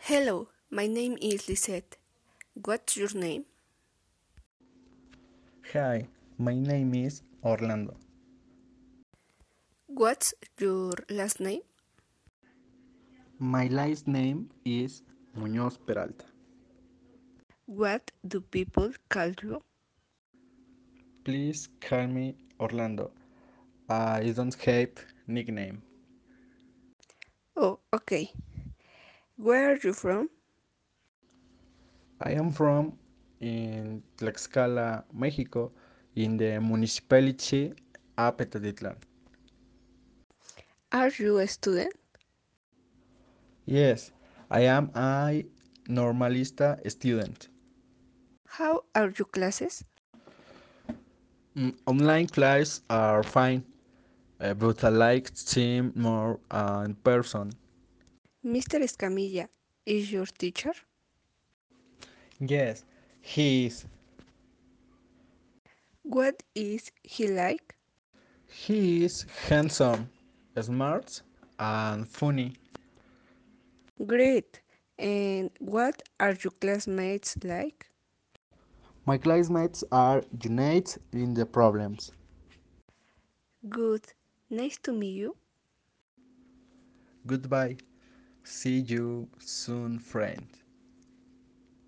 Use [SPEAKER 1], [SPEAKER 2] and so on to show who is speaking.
[SPEAKER 1] Hello, my name is Lisette. What's your name?
[SPEAKER 2] Hi, my name is Orlando.
[SPEAKER 1] What's your last name?
[SPEAKER 2] My last name is Muñoz Peralta.
[SPEAKER 1] What do people call you?
[SPEAKER 2] Please call me Orlando. I don't have nickname.
[SPEAKER 1] Oh, okay. Where are you from?
[SPEAKER 2] I am from in Tlaxcala, Mexico, in the municipality Apetitlan.
[SPEAKER 1] Are you a student?
[SPEAKER 2] Yes, I am a normalista student.
[SPEAKER 1] How are your classes?
[SPEAKER 2] Mm, Online classes are fine, uh, but I like them more uh, in person.
[SPEAKER 1] Mr. Escamilla is your teacher?
[SPEAKER 2] Yes, he is.
[SPEAKER 1] What is he like?
[SPEAKER 2] He is handsome, smart, and funny.
[SPEAKER 1] Great. And what are your classmates like?
[SPEAKER 2] My classmates are united in the problems.
[SPEAKER 1] Good. Nice to meet you.
[SPEAKER 2] Goodbye. See you soon, friend.